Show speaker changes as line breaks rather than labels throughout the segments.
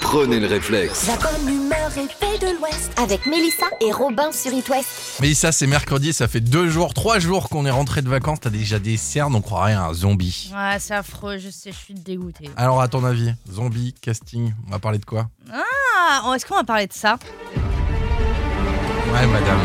Prenez le réflexe.
La bonne humeur est faite de l'Ouest avec Mélissa et Robin sur It West.
Mais ça, c'est mercredi, ça fait deux jours, trois jours qu'on est rentré de vacances. T'as déjà des cernes, on croirait à un zombie.
Ouais, c'est affreux, je sais, je suis dégoûtée.
Alors, à ton avis, zombie, casting, on va parler de quoi
Ah, oh, est-ce qu'on va parler de ça
Ouais, madame.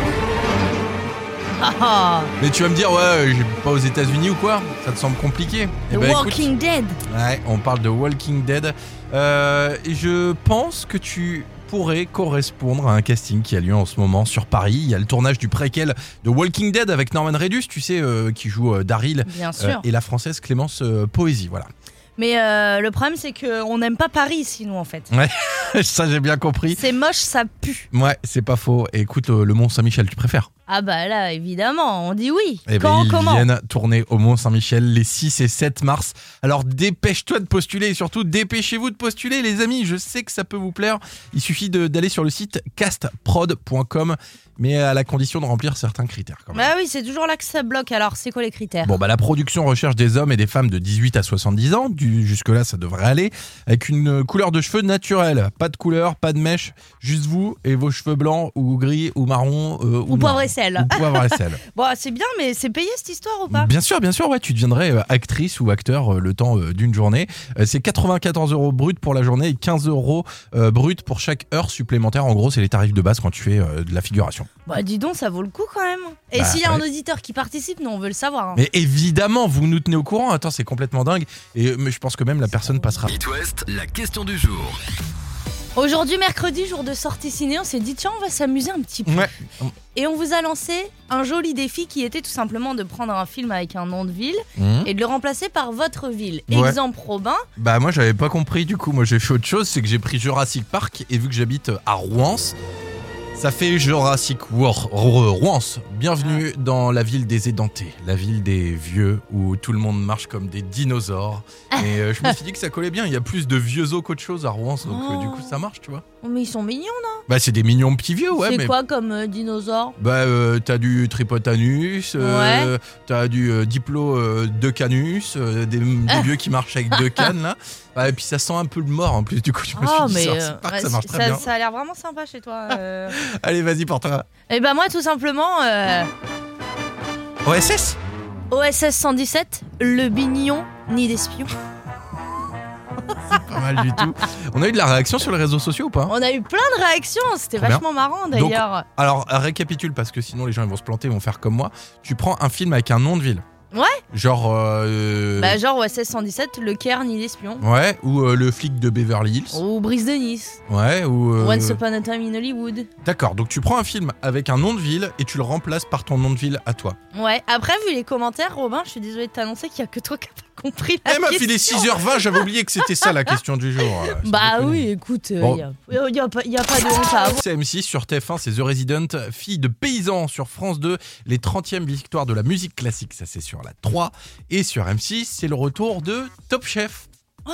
Ah, ah,
Mais tu vas me dire, ouais, euh, j'ai pas aux États-Unis ou quoi Ça te semble compliqué Eh
The
ben, écoute,
Walking Dead
ouais, on parle de Walking Dead. Euh, et je pense que tu pourrais correspondre à un casting qui a lieu en ce moment sur Paris. Il y a le tournage du préquel de Walking Dead avec Norman Redus, tu sais, euh, qui joue euh, Daryl,
Bien
euh,
sûr.
et la française Clémence euh, Poésie. Voilà.
Mais euh, le problème, c'est qu'on n'aime pas Paris, sinon, en fait.
Ça, j'ai bien compris.
C'est moche, ça pue.
Ouais, c'est pas faux. Et écoute, le, le Mont Saint-Michel, tu préfères
Ah bah là, évidemment, on dit oui.
Eh ben,
Quand,
ils
comment
viennent tourner au Mont-Saint-Michel les 6 et 7 mars. Alors dépêche-toi de postuler et surtout dépêchez-vous de postuler les amis, je sais que ça peut vous plaire. Il suffit de- d'aller sur le site castprod.com mais à la condition de remplir certains critères quand même.
Bah oui, c'est toujours là que ça bloque, alors c'est quoi les critères
Bon, bah, la production recherche des hommes et des femmes de 18 à 70 ans. Du, jusque-là, ça devrait aller. Avec une euh, couleur de cheveux naturelle. Pas de couleur, pas de mèche. Juste vous et vos cheveux blancs ou gris ou marron euh, ou,
Ou
noirs.
poivre et sel
Ou poivre et sel.
Bon, c'est bien, mais c'est payé cette histoire ou pas
Bien sûr, bien sûr, ouais, tu deviendrais euh, actrice ou acteur euh, le temps euh, d'une journée. Euh, c'est 94 euros brut pour la journée et 15 euros euh, brut pour chaque heure supplémentaire. En gros, c'est les tarifs de base quand tu fais euh, de la figuration.
Bah dis donc, ça vaut le coup quand même. Et
Bah,
s'il y a un
ouais.
auditeur qui participe, nous on veut le savoir. hein.
Mais évidemment, vous nous tenez au courant. Attends, c'est complètement dingue. Et euh, mais je pense que même la personne passera.
It West, la question du jour.
Aujourd'hui, mercredi, jour de sortie ciné, on s'est dit tiens, on va s'amuser un petit peu.
Ouais.
Et on vous a lancé un joli défi qui était tout simplement de prendre un film avec un nom de ville
Mhm.
et de le remplacer par votre ville.
Ouais.
Exemple Robin,
Bah moi j'avais pas compris du coup, moi j'ai fait autre chose, c'est que j'ai pris Jurassic Park et vu que j'habite à Rouen, ça fait Jurassic World Rouen.
Ah.
Bienvenue dans la ville des édentés, la ville des vieux où tout le monde marche comme des dinosaures.
Ah.
Et euh, je me suis dit que ça collait bien, il y a plus de vieux os qu'autre chose à Rouen, donc euh, du coup ça marche, tu vois.
Oh, mais ils sont mignons.
Bah c'est des mignons petits vieux, ouais,
c'est
mais...
quoi comme euh, dinosaure
Bah euh, t'as du Tripotanus, euh, t'as du euh, Diplo euh, de Canus, euh, des, des vieux qui marchent avec deux cannes là. Bah, et puis ça sent un peu le mort en plus. Du coup je me suis
Ah,
dit
mais
ça,
euh,
c'est pas que
ouais,
ça marche très
ça,
bien.
ça a l'air vraiment sympa chez toi. euh.
Allez vas-y porte un
et ben moi, tout simplement, euh,
OSS
OSS 117, le bignon, ni d'espion.
Pas mal du tout. On a eu de la réaction sur les réseaux sociaux ou pas hein
On a eu plein de réactions, c'était
Trop bien.
vachement marrant
Donc, euh,
d'ailleurs.
Alors récapitule parce que sinon les gens ils vont se planter, ils vont faire comme moi. Tu prends un film avec un nom de ville.
Ouais.
Genre euh,
Bah, genre OSS 117, le Caire, ni d'espion.
ouais ou euh, le flic de Beverly Hills.
Ou Brise de Nice.
Ouais ou euh,
Oh. Once Upon a Time in Hollywood.
D'accord, donc tu prends un film avec un nom de ville et tu le remplaces par ton nom de ville à toi.
Ouais, après, vu les commentaires, Robin, je suis désolée de t'annoncer qu'il y a que toi qui n'as pas compris la
Eh meuf,
question.
il est 6h20, j'avais oublié que c'était ça la question du jour. Euh, c'est
Bah
déconné.
oui, Ah écoute, il
Bon.
n'y a, y a pas y a pas de honte à avoir.
CM6 sur TF1, c'est The Resident, fille de paysan sur France 2, les 30e victoires de la musique classique, ça c'est sur la 3. Et sur M6, c'est le retour de Top Chef. ouais,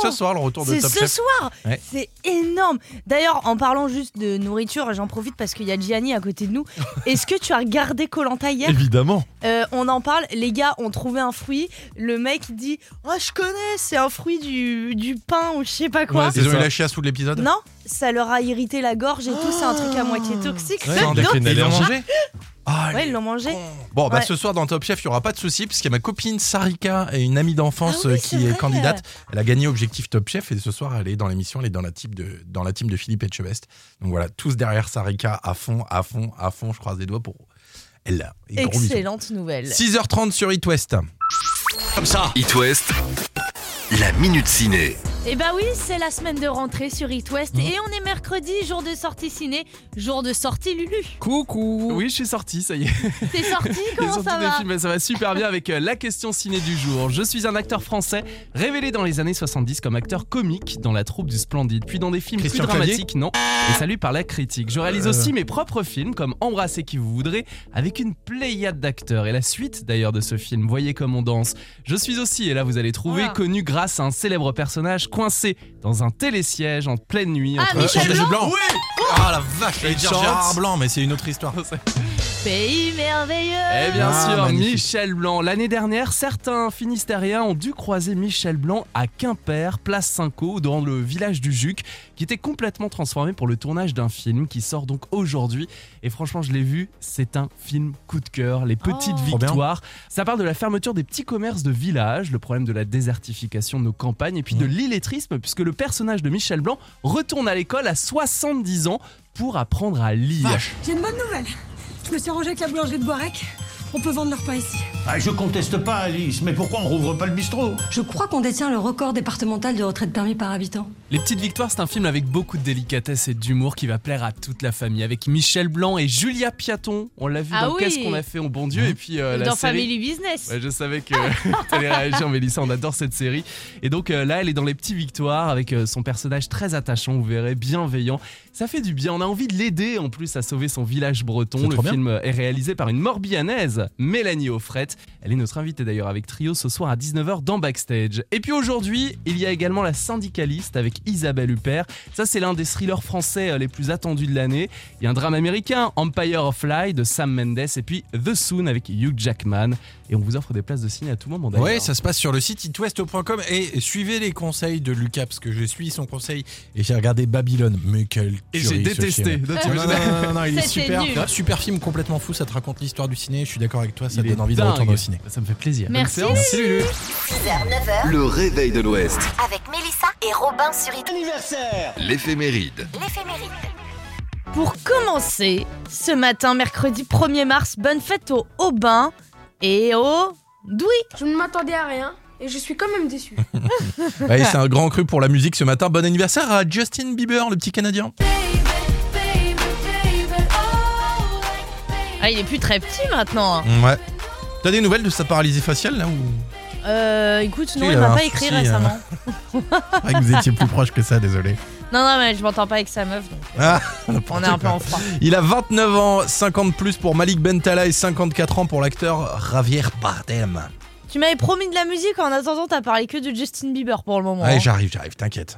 c'est ce soir le retour de
Ah C'est
Top
ce
Chef.
soir
Ouais.
C'est énorme D'ailleurs, en parlant juste de nourriture, j'en profite parce qu'il y a Gianni à côté de nous. Est-ce que tu as regardé Colanta hier
Évidemment.
Euh, On en parle, les gars ont trouvé un fruit. Le mec il dit « Oh, je connais, c'est un fruit du, du pain ou je sais pas quoi
Ouais,
Ils ont eu
ça.
la chiasse sous de l'épisode
Non, ça leur a irrité la gorge et tout, c'est un truc à moitié toxique.
Ouais,
Donc-
il a fait une
Ils l'ont
allergie.
mangé Ah,
Ouais, ils l'ont mangé.
Bon, bah
Ouais.
ce soir dans Top Chef, il y aura pas de souci parce qu'il y a ma copine Sarika et une amie d'enfance
Ah oui,
euh, qui
c'est
est
vrai.
candidate. Elle a gagné Objectif Top Chef et ce soir elle est dans l'émission, elle est dans la, type de, dans la team de Philippe Etchebest. Donc voilà, tous derrière Sarika à fond, à fond, à fond. Je croise les doigts pour elle. là. Et gros bisous.
Excellente nouvelle.
6h30 sur It West. Euh,
Comme ça. It West, la minute ciné.
Et bah oui, c'est la semaine de rentrée sur It
Mmh.
West et on est mercredi, jour de sortie ciné, jour de sortie Lulu.
Coucou.
Oui, je suis sorti, ça y est.
T'es sorti
Ils
Comment
sont
ça
tous des
va
films, mais ça va super bien avec euh, la question ciné du jour. Je suis un acteur français révélé dans les années 70 comme acteur comique dans la troupe du Splendide, puis dans des films
Christian
plus
Clavier
dramatiques, non, et salué par la critique. Je réalise
Euh.
aussi mes propres films comme Embrassez qui vous voudrez avec une pléiade d'acteurs et la suite d'ailleurs de ce film, Voyez comme on danse. Je suis aussi, et là vous allez trouver,
Voilà.
connu grâce à un célèbre personnage coincé dans un télésiège en pleine nuit.
Ah,
entre-
Michel
Jean-Michel
Blanc
Oui Ah la vache, j'allais
Il
dire
chante.
Gérard Blanc, mais c'est une autre histoire.
Pays merveilleux
Eh bien
Ah,
sûr,
magnifique.
Michel Blanc. L'année dernière, certains Finistériens ont dû croiser Michel Blanc à Quimper, place Cinco, dans le village du Juc, qui était complètement transformé pour le tournage d'un film qui sort donc aujourd'hui. Et franchement, je l'ai vu, c'est un film coup de cœur, les petites
Oh.
Trop bien.
victoires. Ça parle de la fermeture des petits commerces de village, le problème de la désertification de nos campagnes, et puis de l'illettrisme, puisque le personnage de Michel Blanc retourne à l'école à 70 ans pour apprendre à lire.
J'ai une bonne nouvelle. Je me suis arrangé avec la boulangerie de Boirec. On peut vendre leur pain ici.
Ah, je conteste pas, Alice, mais pourquoi on rouvre pas le bistrot
Je crois qu'on détient le record départemental de retraite permis par habitant.
Les Petites Victoires, c'est un film avec beaucoup de délicatesse et d'humour qui va plaire à toute la famille. Avec Michel Blanc et Julia Piaton. On l'a vu
Ah
dans
oui.
Qu'est-ce qu'on a fait, on bon Dieu Et puis
Eh,
euh, la
Dans
série.
Family Business
Ouais, je savais que t'allais réagir, Mélissa. On adore cette série. Et donc euh, là, elle est dans les petits victoires avec euh, son personnage très attachant, vous verrez, bienveillant. Ça fait du bien. On a envie de l'aider en plus à sauver son village breton.
C'est
Le
trop bien.
film est réalisé par une Morbihanaise, Mélanie Offrette. Elle est notre invitée d'ailleurs avec Trio ce soir à 19h dans Backstage. Et puis aujourd'hui, il y a également La Syndicaliste avec Isabelle Huppert. Ça, c'est l'un des thrillers français euh, les plus attendus de l'année. Il y a un drame américain, Empire of Light de Sam Mendes, et puis The Soon avec Hugh Jackman. Et on vous offre des places de ciné à tout moment d'ailleurs.
Ouais, ça se passe sur le site itwest.com et suivez les conseils de Lucas parce que je suis son conseil et j'ai regardé Babylone. Mais quel
Et j'ai
tuerie, ce
détesté.
film.
Non,
Non,
t'imagines-
non, non, non, non, il est
C'était
super.
nul.
Ouais, Super film complètement fou, ça te raconte l'histoire du ciné. Je suis d'accord avec toi, ça
Il
donne
est
envie de retourner
dingue.
au ciné.
Ça me fait plaisir. Bonne
Merci,
séance.
6h, 9h,
Le réveil de l'Ouest.
avec Mélissa et Robin sur It-
L'éphéméride.
l'éphéméride.
Pour commencer, ce matin, mercredi 1er mars, bonne fête aux Aubin et aux Douy.
Je ne m'attendais à rien et je suis quand même déçu.
Ouais, c'est un grand cru pour la musique ce matin. Bon anniversaire à Justin Bieber, le petit Canadien.
Ah, il est plus très petit maintenant. hein.
Ouais. T'as des nouvelles de sa paralysie faciale là ou
Euh, écoute, non,
il
il
a
m'a
un
pas écrit
souci,
récemment.
Ah, que vous étiez plus proche que ça, désolé.
Non, non, mais je m'entends pas avec sa meuf, donc euh,
Ah,
on est un peu en froid.
Il a 29 ans, 50 plus pour Malik Bentala et 54 ans pour l'acteur Javier Bardem.
Tu m'avais promis de la musique, en attendant, t'as parlé que de Justin Bieber pour le moment.
Ouais,
hein.
j'arrive, j'arrive, t'inquiète.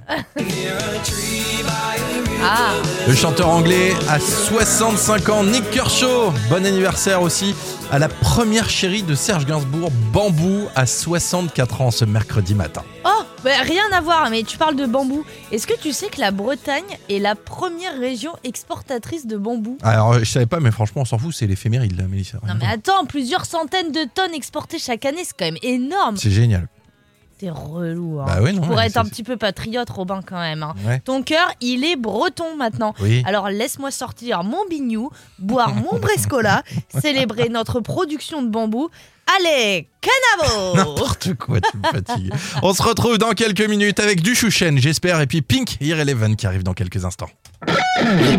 ah,
Le chanteur anglais à 65 ans, Nick Kershaw. Bon anniversaire aussi à la première chérie de Serge Gainsbourg, Bambou, à 64 ans ce mercredi matin.
oh, bah, rien à voir, mais tu parles de bambou. Est-ce que tu sais que la Bretagne est la première région exportatrice de bambou
Alors, euh, je savais pas, mais franchement, on s'en fout, c'est l'éphéméride, là, Mélissa.
Non, mais attends, plusieurs centaines de tonnes exportées chaque année, c'est quand même énorme.
C'est génial.
T'es relou, hein.
Bah ouais, non.
Pour
mais
être un
c'est-
petit peu patriote, Robin, quand même. hein.
Ouais.
Ton cœur, il est breton maintenant.
Oui.
Alors laisse-moi sortir mon bignou, boire mon brescola, célébrer notre production de bambou. Allez, canavo
N'importe quoi, tu me fatigues. On se retrouve dans quelques minutes avec du chouchen, j'espère, et puis Pink Irrelevant qui arrive dans quelques instants.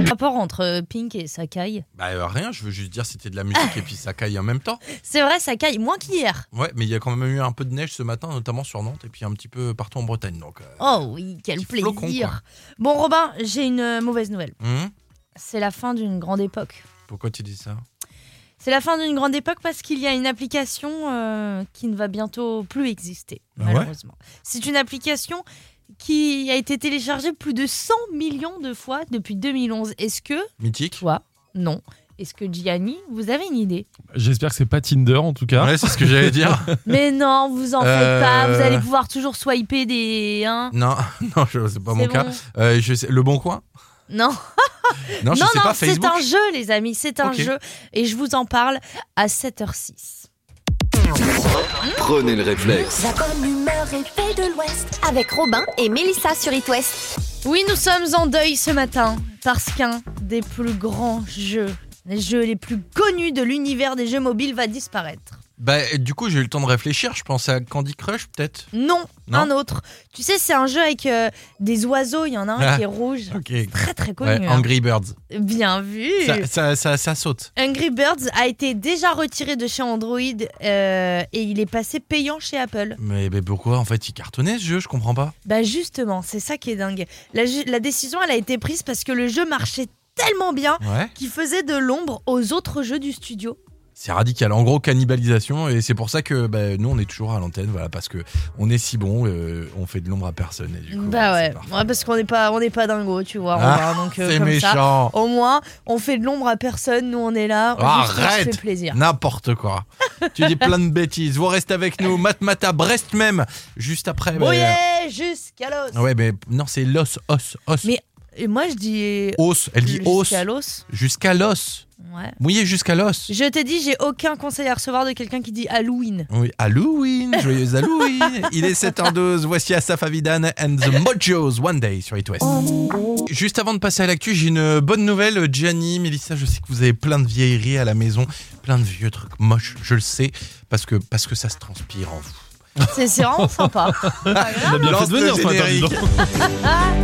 Rapport entre Pink et Sakai.
Bah euh, rien, je veux juste dire c'était de la musique et puis ça caille en même temps.
C'est vrai, Sakai, moins qu'hier.
Ouais, mais il y a quand même eu un peu de neige ce matin, notamment sur Nantes et puis un petit peu partout en Bretagne. Donc, euh,
Oh oui, quel
Petit
plaisir.
flocon, quoi.
bon, Robin, j'ai une euh, mauvaise nouvelle.
hum,
C'est la fin d'une grande époque.
pourquoi tu dis ça
C'est la fin d'une grande époque parce qu'il y a une application euh, qui ne va bientôt plus exister,
Ah ouais
malheureusement. C'est une application qui a été téléchargée plus de 100 millions de fois depuis 2011. Est-ce que
Mythique
toi Non. Est-ce que Gianni, vous avez une idée
J'espère que c'est pas Tinder en tout cas.
Ouais, c'est ce que j'allais dire.
Mais non, vous en faites
Euh.
pas. Vous allez pouvoir toujours swiper des. Hein
non, non, je- c'est pas mon
C'est
cas.
bon.
Euh, je sais- le Bon Coin
Non,
Non, je
non,
sais
non,
pas,
c'est
Facebook.
un jeu, les amis. C'est un
Ok.
jeu. Et je vous en parle à 7h06.
Prenez le réflexe.
La bonne humeur et paix de l'Ouest, avec Robin et Mélissa sur It West.
Oui, nous sommes en deuil ce matin parce qu'un des plus grands jeux, les jeux les plus connus de l'univers des jeux mobiles va disparaître.
Bah, du coup, j'ai eu le temps de réfléchir. Je pense à Candy Crush, peut-être.
Non,
Non.
un autre. Tu sais, c'est un jeu avec euh, des oiseaux, il y en a un
Ah.
qui est rouge.
Ok.
Très très connu.
Ouais,
hein.
Angry Birds.
Bien vu.
Ça, ça, ça, ça saute.
Angry Birds a été déjà retiré de chez Android euh, et il est passé payant chez Apple.
Mais, mais pourquoi En fait, il cartonnait ce jeu, je comprends pas.
Bah justement, c'est ça qui est dingue. La, ju- la décision, elle a été prise parce que le jeu marchait tellement bien
Ouais.
qu'il faisait de l'ombre aux autres jeux du studio.
C'est radical. En gros, cannibalisation. Et c'est pour ça que bah, nous, on est toujours à l'antenne, voilà, parce que on est si bon, euh, on fait de l'ombre à personne. Et du coup,
bah
c'est
ouais.
parfait.
Ouais, parce qu'on n'est pas, on n'est pas dingo, tu vois. on
Ah,
va, donc, euh,
c'est
comme ça.
méchant.
Au moins, on fait de l'ombre à personne. Nous, on est là.
Ah,
juste, on se
arrête
fait plaisir.
N'importe quoi. tu dis plein de bêtises. Vous restez avec nous. Matmata, Brest même, juste après. bah, Ah
Brouillé Oh, jusqu'à l'os.
Ouais, mais non, c'est l'os, os, os.
Mais- Et moi, je dis.
Os, elle dit os.
Jusqu'à l'os.
Jusqu'à l'os.
Ouais.
Mouillé jusqu'à l'os.
Je t'ai dit, j'ai aucun conseil à recevoir de quelqu'un qui dit Halloween.
Oui, Halloween, joyeuse Halloween. Il est 7h12, voici Asaf Avidan and the Mojos One Day sur It West. Juste avant de passer à l'actu, j'ai une bonne nouvelle. Gianni, Mélissa, je sais que vous avez plein de vieilleries à la maison, plein de vieux trucs moches, je le sais, parce que, parce que ça se transpire en vous.
C'est c'est vraiment sympa. Pas grave.
T'as bien
Lance
fait de venir,
le
toi, attends, dis donc.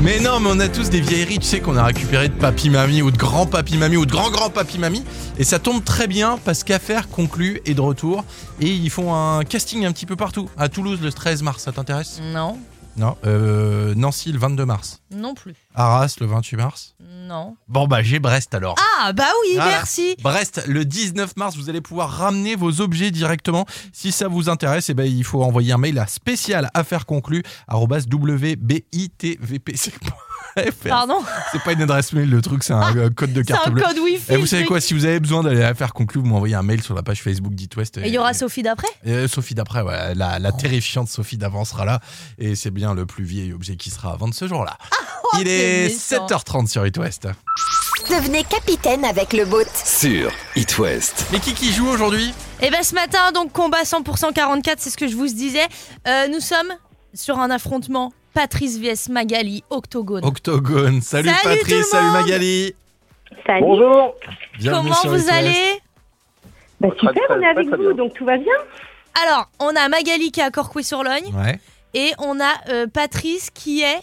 Mais non, mais on a tous des vieilleries, tu sais, qu'on a récupérées de papy-mamie ou de grand-papy-mamie ou de grand-grand-papy-mamie. Et ça tombe très bien parce qu'Affaire conclue et de retour. Et ils font un casting un petit peu partout. À Toulouse le 13 mars, ça t'intéresse
Non,
Non. Euh, Nancy le 22 mars.
non plus.
Arras le 28 mars.
Non.
Bon, bah j'ai Brest alors.
Ah, bah oui,
Ah.
merci.
Brest, le 19 mars, vous allez pouvoir ramener vos objets directement. Si ça vous intéresse, eh ben, il faut envoyer un mail à spécial affaires conclues wbitvpc.fr.
Pardon,
C'est pas une adresse mail, le truc, c'est un euh, code de
Ah, c'est un
carte bleue.
code wifi.
Et Eh, vous
le
savez
truc.
quoi, si vous avez besoin d'aller à affaires conclues, vous m'envoyez un mail sur la page Facebook d'It West.
Et il y aura Sophie d'après
Euh, Sophie d'après, ouais, la, la terrifiante Sophie d'avant sera là. Et c'est bien le plus vieil objet qui sera à vendre ce jour-là. Il
Ah, oh, c'est
est
méchant.
7h30 sur It West.
Devenez capitaine avec le boat.
Sur It West.
Mais qui qui joue aujourd'hui
Et ben ce matin, donc combat 100% 44, c'est ce que je vous disais. Euh, nous sommes sur un affrontement Patrice vs Magali,
Oh,
octogone.
Octogone. Salut,
Salut tout le
Patrice, salut
monde.
Magali.
Bonjour
Bienvenue
Comment
sur It
vous
West.
allez
bah,
Très,
Super,
très,
on est avec
très, très
vous,
bien.
donc tout va bien
Alors, on a Magali qui est à Corcoué-sur-Logne
Ouais.
et on a euh, Patrice qui est.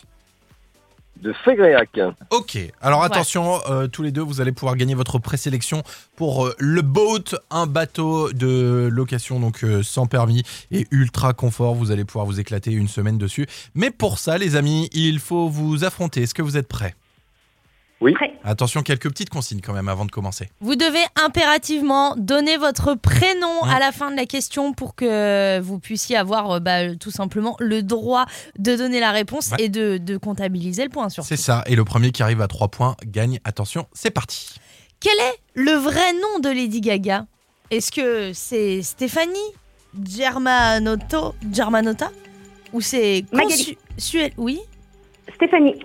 De Ségréac.
Ok, alors
Ouais.
attention, euh, tous les deux, vous allez pouvoir gagner votre présélection pour euh, le boat, un bateau de location donc euh, sans permis et ultra confort. Vous allez pouvoir vous éclater une semaine dessus. Mais pour ça, les amis, il faut vous affronter. Est-ce que vous êtes prêts
Oui.
Prêt. Attention, quelques petites consignes quand même avant de commencer.
Vous devez impérativement donner votre prénom
Ouais.
à la fin de la question pour que vous puissiez avoir euh, bah, tout simplement le droit de donner la réponse
Ouais.
et de, de comptabiliser le point surtout.
C'est ça. Et le premier qui arrive à 3 points gagne. Attention, c'est parti.
Quel est le vrai nom de Lady Gaga Est-ce que c'est Stéphanie Germanotto, Germanota Ou c'est
Magali.
Consuel Oui
Stéphanie,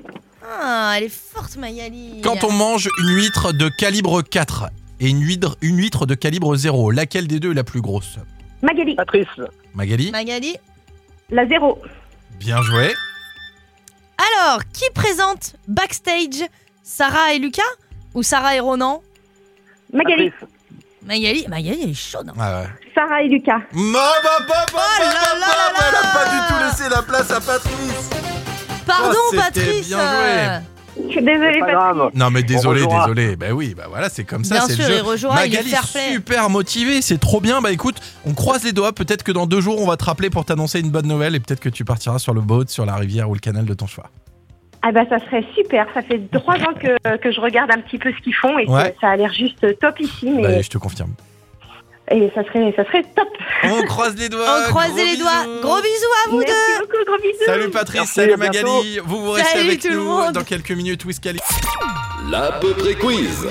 Ah, elle est forte Magali.
Quand on mange une huître de calibre 4 et une huître, une huître de calibre 0, laquelle des deux est la plus grosse
Magali,
Patrice,
Magali
Magali.
la zéro.
Bien joué.
Alors, qui présente backstage Sarah et Lucas Ou Sarah et Ronan
Magali,
Magali, Magali, elle est chaude. hein.
Ah ouais.
Sarah et Lucas.
là Oh là là là
Elle a pas
là
du tout laissé la place à Patrice.
Pardon
c'était
Patrice.
bien joué.
euh,
Je suis désolée,
c'est pas
Patrice.
grave.
Non mais désolé,
On rejouera.
désolé. Ben oui, bah voilà, c'est comme ça,
Bien
c'est le
sûr,
jeu.
il rejouera, il est
Magali
fair play.
super motivée, c'est trop bien. Bah écoute, on croise les doigts. Peut-être que dans deux jours, on va te rappeler pour t'annoncer une bonne nouvelle et peut-être que tu partiras sur le boat, sur la rivière ou le canal de ton choix.
Ah bah ça serait super, ça fait trois ans que, que je regarde un petit peu ce qu'ils font et que
Ouais.
ça a l'air juste top ici, mais
Bah, je te confirme.
et ça, serait, ça serait top.
On croise les doigts.
On croise
gros
les
bisous.
doigts. Gros bisous à vous
Merci
deux.
beaucoup, gros bisous.
Salut Patrice,
Merci,
salut
à bientôt.
Magali. Vous vous restez
Salut
avec
tout le
nous
monde.
dans quelques minutes. Whiskali.
L'à peu près quiz.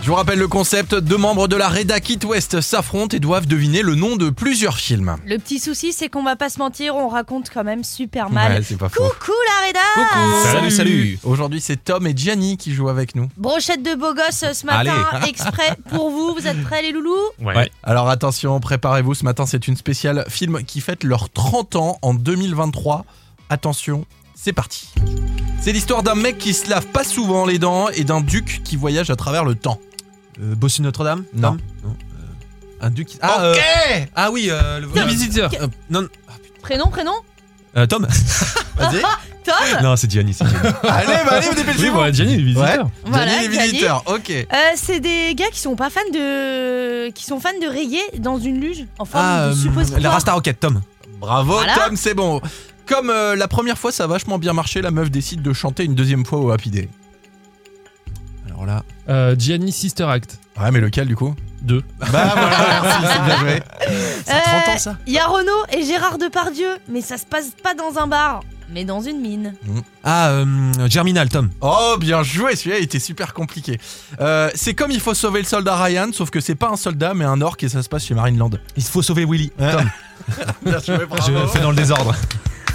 Je vous rappelle le concept. Deux membres de la Reda Kit West s'affrontent et doivent deviner le nom de plusieurs films.
Le petit souci, c'est qu'on va pas se mentir, on raconte quand même super mal.
Ouais, c'est pas faux.
Coucou la Reda
Salut, salut.
Aujourd'hui, c'est Tom et Gianni qui jouent avec nous.
Brochette de beau gosse euh, ce matin, exprès pour vous. Vous êtes prêts les loulous
Ouais.
Alors attention, préparez-vous. Ce matin, c'est une spéciale film qui fête leurs 30 ans en 2023. Attention, c'est parti. C'est l'histoire d'un mec qui se lave pas souvent les dents et d'un duc qui voyage à travers le temps.
Euh, Bossu Notre-Dame
Non.
Tom
Un duc qui...
Ah,
Ok
euh, ah oui, euh, le,
Le visiteur.
euh, non,
Prénom, prénom
euh, Tom
Vas-y.
Tom
Non, c'est Gianni, c'est Gianni.
allez, bah, allez, dépêchez-vous.
Oui, voilà, Gianni, le visiteur.
Voilà,
Gianni, les
Gianni.
visiteurs. Ok.
Euh, C'est des gars qui sont pas fans de. qui sont fans de rayer dans une luge en forme
Ah,
de
euh,
suppositoire.
la Rasta Rocket, Tom.
Bravo
Voilà.
Tom, c'est bon. Comme euh, la première fois ça a vachement bien marché, la meuf décide de chanter une deuxième fois au Happy Day.
Alors là,
Euh, Gianni Sister Act.
Ouais, mais lequel du coup
2.
Bah voilà, merci, c'est bien joué.
Ça a 30 ans, ça.
Euh, Il y a Renaud et Gérard Depardieu, mais ça se passe pas dans un bar, mais dans une mine.
Ah, Germinal, Tom. Oh, bien joué, celui-là il était super compliqué. Euh, c'est comme il faut sauver le soldat Ryan, sauf que c'est pas un soldat, mais un orc et ça se passe chez Marineland. Il faut sauver Willy, Tom. bien joué, bravo.
Je fais dans le désordre.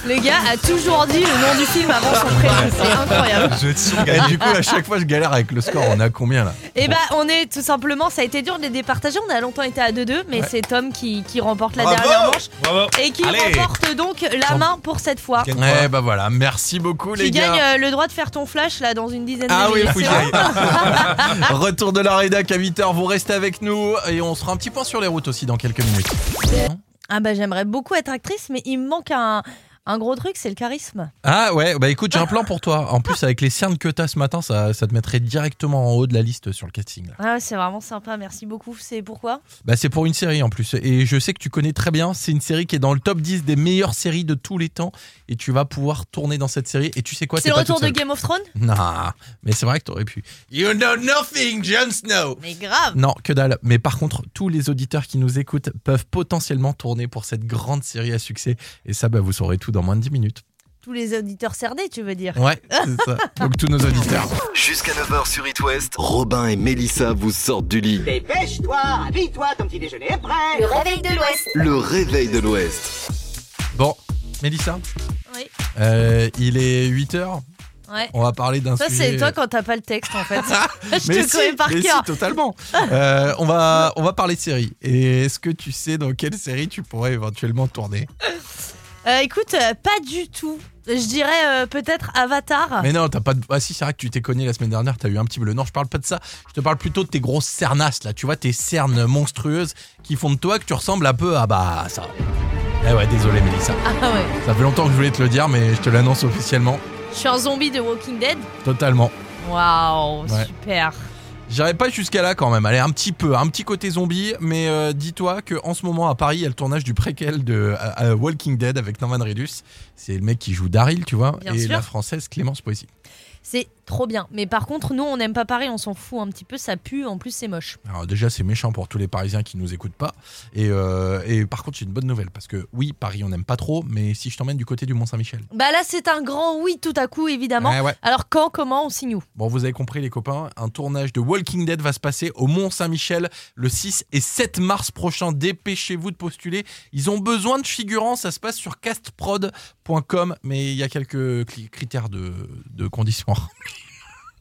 Le gars a toujours dit le nom du film avant son prénom, c'est incroyable.
Je vais te surgagner. Et du coup, à chaque fois, je galère avec le score. On a combien là
Et bah, on est tout simplement, ça a été dur de les départager. On a longtemps été à 2-2, mais
Ouais.
c'est Tom qui, qui remporte la
Bravo
dernière manche
Bravo.
et qui
Allez.
remporte donc la main pour cette fois.
Eh bah voilà, merci beaucoup
Tu
les gars.
gagnes euh, le droit de faire ton flash là dans une dizaine
Ah
de
oui,
minutes.
faut que
C'est
j'y aille.
vraiment-
Retour de la rédac à 8h, vous restez avec nous et on sera un petit point sur les routes aussi dans quelques minutes.
Ah bah j'aimerais beaucoup être actrice, mais il me manque un, un gros truc, c'est le charisme.
Ah ouais, bah écoute, j'ai un plan pour toi. En
Ah.
plus, avec les cernes que t'as ce matin, ça, ça te mettrait directement en haut de la liste sur le casting. là.
Ah, c'est vraiment sympa, merci beaucoup. C'est pourquoi
Bah c'est pour une série en plus. Et je sais que tu connais très bien, c'est une série qui est dans le top 10 des meilleures séries de tous les temps. Et tu vas pouvoir tourner dans cette série. Et tu sais quoi
C'est
t'es
le
pas
retour
toute
de
seule.
Game of Thrones
Non, mais c'est vrai que t'aurais pu. You know nothing, Jon Snow.
Mais grave
Non, que dalle. Mais par contre, tous les auditeurs qui nous écoutent peuvent potentiellement tourner pour cette grande série à succès. Et ça, bah, vous saurez tout dans moins de 10 minutes.
Tous les auditeurs cerdés, tu veux dire
Ouais, c'est ça. Donc tous nos auditeurs.
Jusqu'à 9h sur It West, Robin et Melissa vous sortent du lit.
Dépêche-toi, habille-toi, ton petit déjeuner est prêt.
Le réveil de l'Ouest.
Le réveil de l'Ouest.
Bon, Mélissa
Oui.
Euh, il est 8h.
Ouais.
On va parler d'un
Ça,
sujet.
c'est toi quand t'as pas le texte en fait. Je
Mais si,
te connais par
mais
cœur.
si, totalement. Euh, on, va, on va parler de série. Et est-ce que tu sais dans quelle série tu pourrais éventuellement tourner
Euh, écoute, euh, pas du tout. Je dirais euh, peut-être Avatar.
Mais non, t'as pas de. Ah si, c'est vrai que tu t'es cogné la semaine dernière, t'as eu un petit bleu. Non, je parle pas de ça. Je te parle plutôt de tes grosses cernasses, là. Tu vois, tes cernes monstrueuses qui font de toi que tu ressembles un peu à. Bah, ça. Eh ouais, désolé, Mélissa.
Ah ouais.
Ça fait longtemps que je voulais te le dire, mais je te l'annonce officiellement.
Je suis un zombie de Walking Dead.
Totalement.
Waouh,
Ouais.
super.
J'irai pas jusqu'à là quand même. Allez, un petit peu, un petit côté zombie, mais euh, dis-toi que en ce moment à Paris, il y a le tournage du préquel de euh, euh, Walking Dead avec Norman Reedus. C'est le mec qui joue Daryl, tu vois,
Bien
et
sûr.
la française Clémence Poésie.
C'est trop bien. Mais par contre, nous, on n'aime pas Paris, on s'en fout un petit peu. Ça pue, en plus, c'est moche.
Alors déjà, c'est méchant pour tous les Parisiens qui nous écoutent pas. Et, euh, et par contre, j'ai une bonne nouvelle parce que oui, Paris, on n'aime pas trop, mais si je t'emmène du côté du Mont Saint-Michel.
Bah là, c'est un grand oui tout à coup, évidemment.
Ouais, ouais.
Alors quand, comment, on signe où
Bon, vous avez compris les copains, un tournage de Walking Dead va se passer au Mont Saint-Michel le 6 et 7 mars prochain. Dépêchez-vous de postuler. Ils ont besoin de figurants, ça se passe sur castprod.com, mais il y a quelques cli- critères de, de conditions.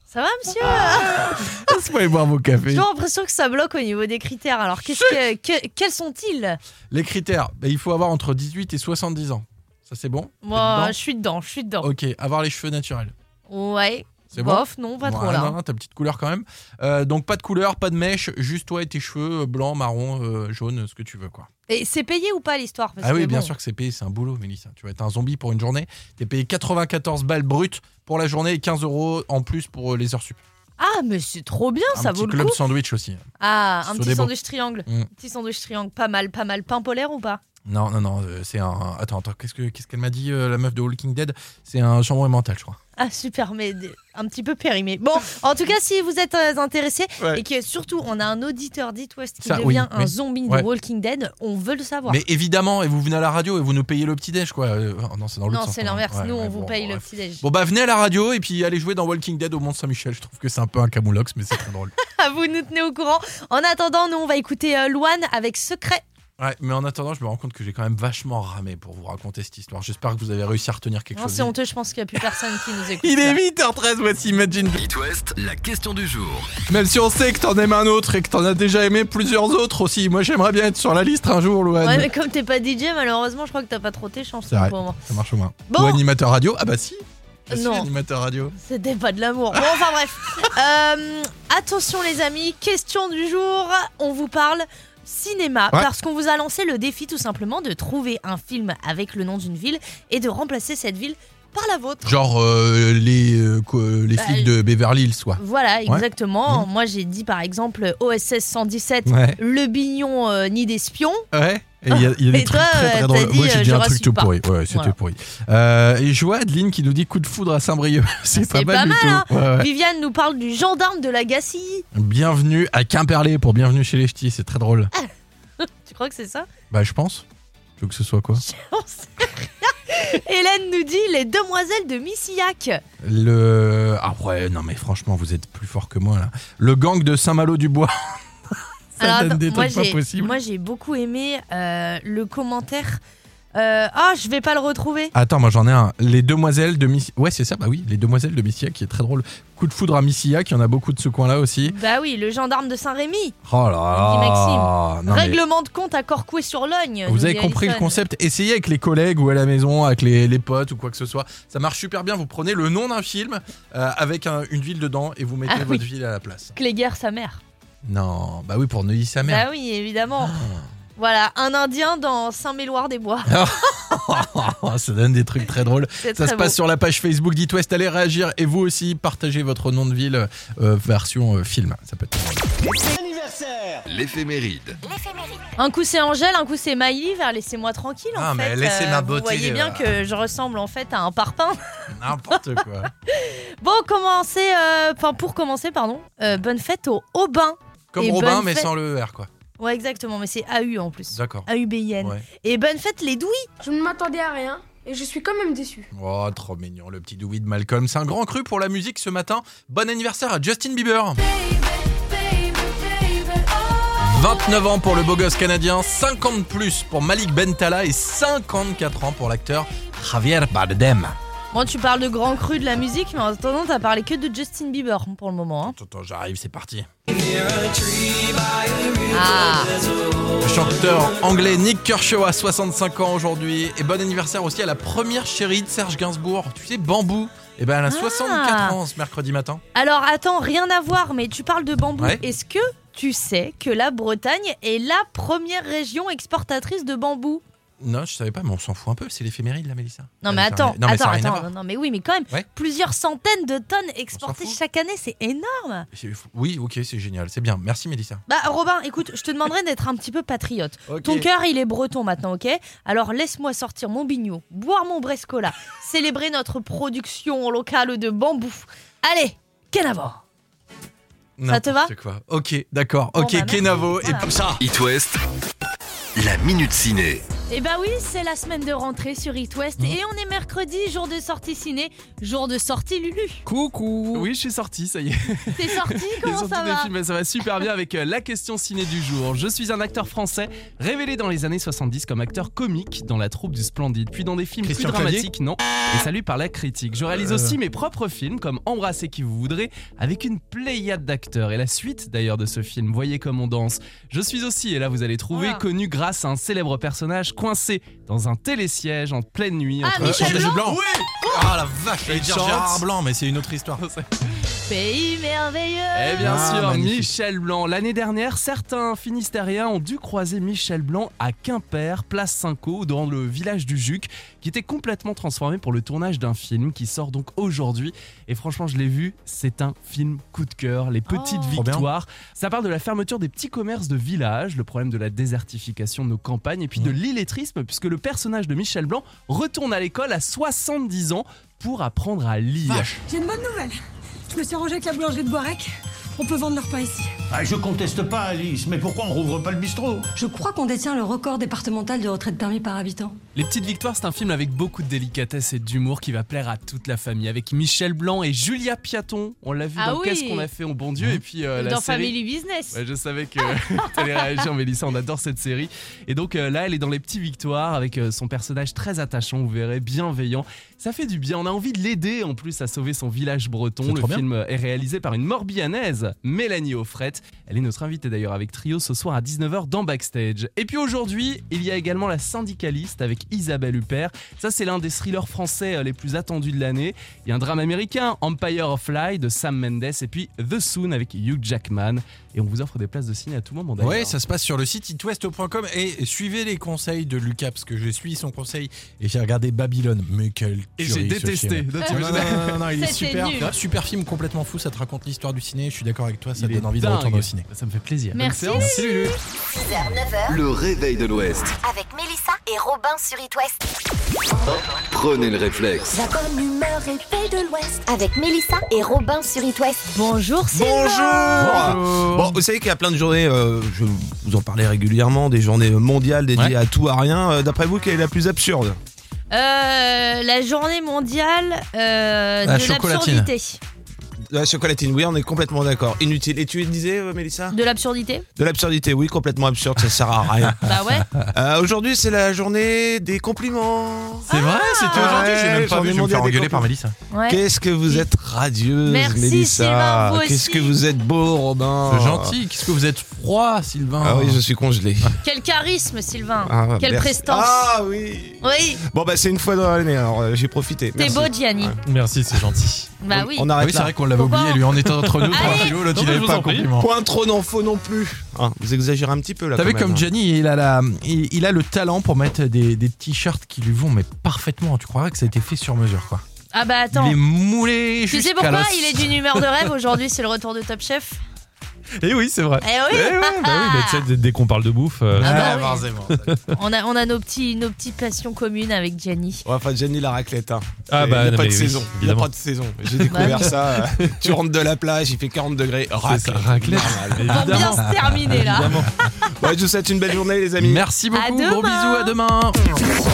Ça va, monsieur
Ah,
Ah,
Laisse-moi aller boire mon café.
J'ai l'impression que ça bloque au niveau des critères. Alors qu'est-ce que, que- quels sont-ils
Les critères, bah, il faut avoir entre 18 et 70 ans. Ça c'est bon T'es
Moi,
dedans
je suis dedans, je suis dedans.
Ok, avoir les cheveux naturels.
Ouais.
Oh. C'est bon
Bof, non, pas
Ouais,
trop là.
Non, non, ta petite couleur quand même. Euh, donc pas de couleur, pas de mèche, juste toi et tes cheveux euh, blanc, marron, euh, jaune, ce que tu veux quoi.
Et c'est payé ou pas l'histoire Parce
ah oui,
que
bien
bon.
sûr que c'est payé, c'est un boulot, Mélissa. Tu vas être un zombie pour une journée. T'es payé 94 balles brutes pour la journée et 15 euros en plus pour euh, les heures sup.
Ah, mais c'est trop bien,
un
ça
petit
vaut le
club
coup.
sandwich aussi.
Ah,
Ce
un
sont
petit
des beaux.
sandwich triangle.
Mm.
Petit sandwich triangle, pas mal, pas mal. Pain polaire ou pas
Non, non, non, euh, c'est un. Attends, attends, qu'est-ce que- qu'est-ce qu'elle m'a dit, euh, la meuf de Walking Dead C'est un chambre mental, je crois.
Ah super, mais des- un petit peu périmé. Bon, en tout cas, si vous êtes euh, intéressé
Ouais.
et que surtout on a un auditeur d'It West qui
Ça, oui,
devient un
oui.
zombie
Ouais.
de Walking Dead, on veut le savoir.
Mais évidemment, et vous venez à la radio et vous nous payez le petit-déj, quoi. Euh, non, c'est dans l'autre
non,
sens,
c'est
pardon.
l'inverse.
Ouais,
Nous,
ouais,
on vous
bon,
paye
bref.
le petit déj.
Bon bah venez à la radio et puis allez jouer dans Walking Dead au Mont Saint-Michel. Je trouve que c'est un peu un camoulox mais c'est très drôle.
vous nous tenez au courant. En attendant, nous on va écouter euh, Loane avec Secret.
Ouais, mais en attendant, je me rends compte que j'ai quand même vachement ramé pour vous raconter cette histoire. J'espère que vous avez réussi à retenir quelque
Non,
chose.
c'est honteux, je pense qu'il n'y a plus personne qui nous écoute.
Il est
là.
8h13, voici Imagine.
It West, la question du jour.
Même si on sait que t'en aimes un autre et que t'en as déjà aimé plusieurs autres aussi, moi j'aimerais bien être sur la liste un jour, Loane.
Ouais, mais comme t'es pas DJ, malheureusement, je crois que t'as pas trop tes chances
C'est vrai,
pour moi.
ça marche au moins.
Bon.
Ou animateur radio Ah bah si Je suis
Non.
animateur radio.
C'était pas de l'amour. Bon, enfin bref. Euh, attention les amis, question du jour. On vous parle cinéma
Ouais.
parce qu'on vous a lancé le défi tout simplement de trouver un film avec le nom d'une ville et de remplacer cette ville par la vôtre.
Genre euh, les euh, euh, les
Bah,
flics de Beverly Hills, soit.
Voilà,
Ouais.
exactement.
Mmh.
Moi, j'ai dit par exemple OSS 117,
Ouais.
le bignon euh, ni d'espion.
Ouais. Et il y a, il y a des
Et
trucs
toi,
très très
euh,
drôles.
t'as
Moi
dit,
j'ai
euh,
dit
je
un truc
rassure
tout
pas.
pourri. Ouais, c'était
Voilà.
pourri. Euh, et je vois Adeline qui nous dit coup de foudre à Saint-Brieuc. C'est pas
C'est
mal
pas
du
mal,
tout.
hein.
Ouais, ouais.
Viviane nous parle du gendarme de la Gacilly.
Bienvenue à Quimperlé pour Bienvenue chez les Ch'tis, c'est très drôle.
tu crois que c'est ça
Bah je pense. Tu veux que ce soit quoi
On sait rien. Hélène nous dit les demoiselles de Missillac.
Le ah ouais non mais franchement vous êtes plus fort que moi là. Le gang de Saint-Malo-du-Bois. Ça
Alors,
donne
attends,
des
moi,
trucs pas
j'ai-
possibles.
Moi, j'ai beaucoup aimé euh, le commentaire. Euh, Ah, je vais pas le retrouver.
Attends, moi j'en ai un. Les demoiselles de Miss. Ouais, c'est ça, bah oui, les demoiselles de Missia qui est très drôle. Coup de foudre à Missia, qui en a beaucoup de ce coin-là aussi.
Bah oui, le gendarme de Saint-Rémy.
Oh là là.
Dit Maxime.
Non, mais
Règlement de compte à Corcoué-sur-Logne. nous
Vous avez
dit
compris le
Alison.
concept. Essayez avec les collègues ou à la maison, avec les, les potes ou quoi que ce soit. Ça marche super bien. Vous prenez le nom d'un film euh, avec un- une ville dedans et vous mettez
Ah oui.
votre ville à la place.
Cléguer, sa mère.
Non, bah oui, pour Neuilly sa mère.
Bah oui, évidemment.
Ah.
Voilà, un Indien dans Saint-Méloire-des-Bois.
Oh, ça donne des trucs très drôles.
C'est
Ça
très
se passe
beau.
sur la page Facebook d'It West. Allez réagir et vous aussi partagez votre nom de ville euh, version euh, film. Ça peut être.
L'éphéméride.
Un coup c'est Angèle, un coup c'est Maïli. vers Laissez-moi tranquille.
Ah,
en
mais
fait.
laissez ma beauté,
Vous voyez bien
euh.
que je ressemble en fait à un parpaing.
N'importe quoi.
Bon, commencez, euh, enfin pour commencer, pardon, euh, bonne fête au Aubin.
Comme
Et
Robin,
bonne
mais
fête-
sans le R, quoi.
Ouais, exactement, mais c'est AU en plus.
D'accord.
AUBIN.
Ouais.
Et bonne fête les douilles
Je ne m'attendais à rien et je suis quand même déçu.
Oh, trop mignon, le petit douille de Malcolm. C'est un grand cru pour la musique ce matin. Bon anniversaire à Justin Bieber. 29 ans pour le beau gosse canadien, 50 plus pour Malik Bentala et 54 ans pour l'acteur Javier Bardem.
Bon, tu parles de grand cru de la musique, mais en attendant, t'as parlé que de Justin Bieber pour le moment. hein.
Attends, j'arrive, c'est parti.
Ah
Le chanteur anglais Nick Kershaw a 65 ans aujourd'hui. Et bon anniversaire aussi à la première chérie de Serge Gainsbourg. Tu sais, Bambou. Et ben, elle
Ah.
a 64 ans ce mercredi matin.
Alors attends, rien à voir, mais tu parles de bambou.
Ouais.
Est-ce que tu sais que la Bretagne est la première région exportatrice de bambou
Non, je savais pas, mais on s'en fout un peu. C'est l'éphéméride, là, Mélissa.
Non
Elle
mais
a fait un-
attends,
Non, mais ça
attends,
a rien à
attends,
voir.
non, non, mais oui, mais quand même,
Ouais.
plusieurs centaines de tonnes exportées
fout.
chaque année, c'est énorme.
C'est- Oui, ok, c'est génial. C'est bien. Merci, Mélissa.
Bah Robin, écoute, je te demanderai d'être un petit peu patriote.
Ok.
Ton cœur, il est breton maintenant, ok Alors laisse-moi sortir mon bignot, boire mon brescola, célébrer notre production locale de bambou. Allez, Kenavor Ça te va
N'importe quoi. Ok, d'accord.
Bon,
Ok,
bah, merci.
Kenavo.
Voilà.
Et tout ça.
It West, la minute ciné.
Eh bah oui, c'est la semaine de rentrée sur It
Hmm.
West et on est mercredi, jour de sortie ciné, jour de sortie Lulu.
Coucou Oui, je suis sorti, ça y est.
T'es sorti
Ils
Comment
ont
ça
tous des
va
films, ça va super bien avec euh, la question ciné du jour. Je suis un acteur français révélé dans les années 70 comme acteur comique dans la troupe du Splendide, puis dans des films
Christian
plus
Clavier
dramatiques, non, et salué par la critique. Je réalise
Euh.
aussi mes propres films comme Embrassez qui vous voudrez avec une pléiade d'acteurs et la suite d'ailleurs de ce film, Voyez comme on danse. Je suis aussi, et là vous allez trouver,
Voilà.
connu grâce à un célèbre personnage coincé dans un télésiège en pleine nuit.
Ah,
entre-
Michel
Euh,
Blanc
Oui Ah la vache, j'allais
Il
dire
chante.
Gérard Blanc, mais c'est une autre histoire.
Pays merveilleux
Eh bien
Ah,
sûr,
magnifique.
Michel Blanc. L'année dernière, certains Finistériens ont dû croiser Michel Blanc à Quimper, place Cinco, dans le village du Juc, qui était complètement transformé pour le tournage d'un film qui sort donc aujourd'hui. Et franchement, je l'ai vu, c'est un film coup de cœur, les petites
Oh.
Trop bien.
victoires. Ça parle de la fermeture des petits commerces de village, le problème de la désertification de nos campagnes, et puis de l'illettrisme, puisque le personnage de Michel Blanc retourne à l'école à 70 ans pour apprendre à lire.
J'ai une bonne nouvelle. Je me suis rangée avec la boulangerie de Boirec. On peut vendre leur pain ici.
Ah, je conteste pas, Alice, mais pourquoi on rouvre pas le bistrot
Je crois qu'on détient le record départemental de retraite permis par habitant.
Les Petites Victoires, c'est un film avec beaucoup de délicatesse et d'humour qui va plaire à toute la famille. Avec Michel Blanc et Julia Piaton. On l'a vu
Ah
dans
oui.
Qu'est-ce qu'on a fait, on bon Dieu Et puis euh, la
Dans
série.
Family Business
Ouais, je savais que t'allais réagir, Mélissa. On adore cette série. Et donc euh, là, elle est dans les petits victoires avec euh, son personnage très attachant, vous verrez, bienveillant. Ça fait du bien. On a envie de l'aider en plus à sauver son village breton.
C'est
Le euh,
trop bien.
film est réalisé par une Morbihanaise, Mélanie Offret. Offret. Elle est notre invitée d'ailleurs avec Trio ce soir à 19h dans Backstage. Et puis aujourd'hui, il y a également La Syndicaliste avec Isabelle Huppert. Ça, c'est l'un des thrillers français euh, les plus attendus de l'année. Il y a un drame américain, Empire of Light de Sam Mendes, et puis The Soon avec Hugh Jackman. Et on vous offre des places de ciné à tout moment d'ailleurs.
Ouais, ça se passe sur le site itwest.com et suivez les conseils de Lucas parce que j'ai suivi son conseil et j'ai regardé Babylone. Mais quel
Et
tuerie,
j'ai
ce
détesté.
film. Non,
Non,
Ah,
t'imagines-
non, non, Ah, non, non, il est
C'était
super.
nul.
Super film complètement fou, ça te raconte l'histoire du ciné. Je suis d'accord avec toi, ça
Il
donne
est
envie de
dingue. Bah,
retourner au ciné.
Ça me fait plaisir.
Merci.
Bonne séance. Salut, Lulu.
6h, 9h.
Le réveil de l'Ouest.
Avec Mélissa et Robin sur It West.
Prenez le réflexe.
La bonne humeur et paix de l'Ouest. Avec Mélissa et Robin sur It West. Bonjour,
Bon, vous savez qu'il y a plein de journées, euh, je vous en parlais régulièrement, des journées mondiales dédiées à tout, à rien. Euh, D'après vous, quelle est la plus absurde
Euh, la journée mondiale euh,
La
de
chocolatine.
l'absurdité.
La chocolatine, oui, on est complètement d'accord. Inutile. Et tu disais, euh, Mélissa
De l'absurdité
De l'absurdité, oui, complètement absurde, ça sert à rien.
Bah ouais.
Euh, aujourd'hui, c'est la journée des compliments.
C'est vrai, c'était aujourd'hui, Ah. Eh, j'ai même pas vu, je vais me faire engueuler par
Mélissa.
Ah Ouais.
Qu'est-ce que vous êtes radieuse,
Merci, Sylvain,
Mélissa.
vous
Qu'est-ce
aussi.
que vous êtes beau, Robin.
C'est gentil, qu'est-ce que vous êtes froid, Sylvain.
Ah oui, je suis congelé.
Quel charisme, Sylvain.
Ah,
Quelle
merci.
prestance.
Ah oui.
Oui,
Bon, bah, c'est une fois dans l'année, alors euh, j'ai profité.
t'es
Merci.
beau, Gianni.
Merci, c'est gentil.
Bah oui.
On arrête
Ah Oui, c'est
là.
vrai qu'on l'avait
Pourquoi
oublié, lui. On était entre nous, tranquillou, l'autre il avait pas un compliment.
Point trop non faux non plus. Hein, vous exagérez un petit peu là.
T'as
quand
vu
même,
comme
hein.
Gianni, il a, la, il, il a le talent pour mettre des, des t-shirts qui lui vont mais parfaitement. Tu croirais que ça a été fait sur mesure, quoi.
Ah bah attends.
Il est moulé
Tu sais
jusqu'à
pourquoi
l'os.
il est d'une humeur de rêve aujourd'hui C'est le retour de Top Chef.
Et oui, c'est vrai.
Eh oui.
Eh ouais, bah oui, bah, tu sais, dès- dès qu'on parle de bouffe. euh,
Ah bah oui. On a, on a nos, petits, nos petites passions communes avec Gianni.
Ouais, enfin, Gianni la raclette. Hein.
Ah
Il
bah,
y a
non,
pas de
mais oui,
saison. Il y a
évidemment.
pas de saison. J'ai découvert
Bah.
ça. euh, tu rentres de la plage, il fait 40 degrés. Raclette.
Ah, raclette.
Normal.
Pour bien se terminer là.
Ouais, je vous souhaite une belle journée, les amis.
Merci
beaucoup, À gros demain. bisous, à
demain.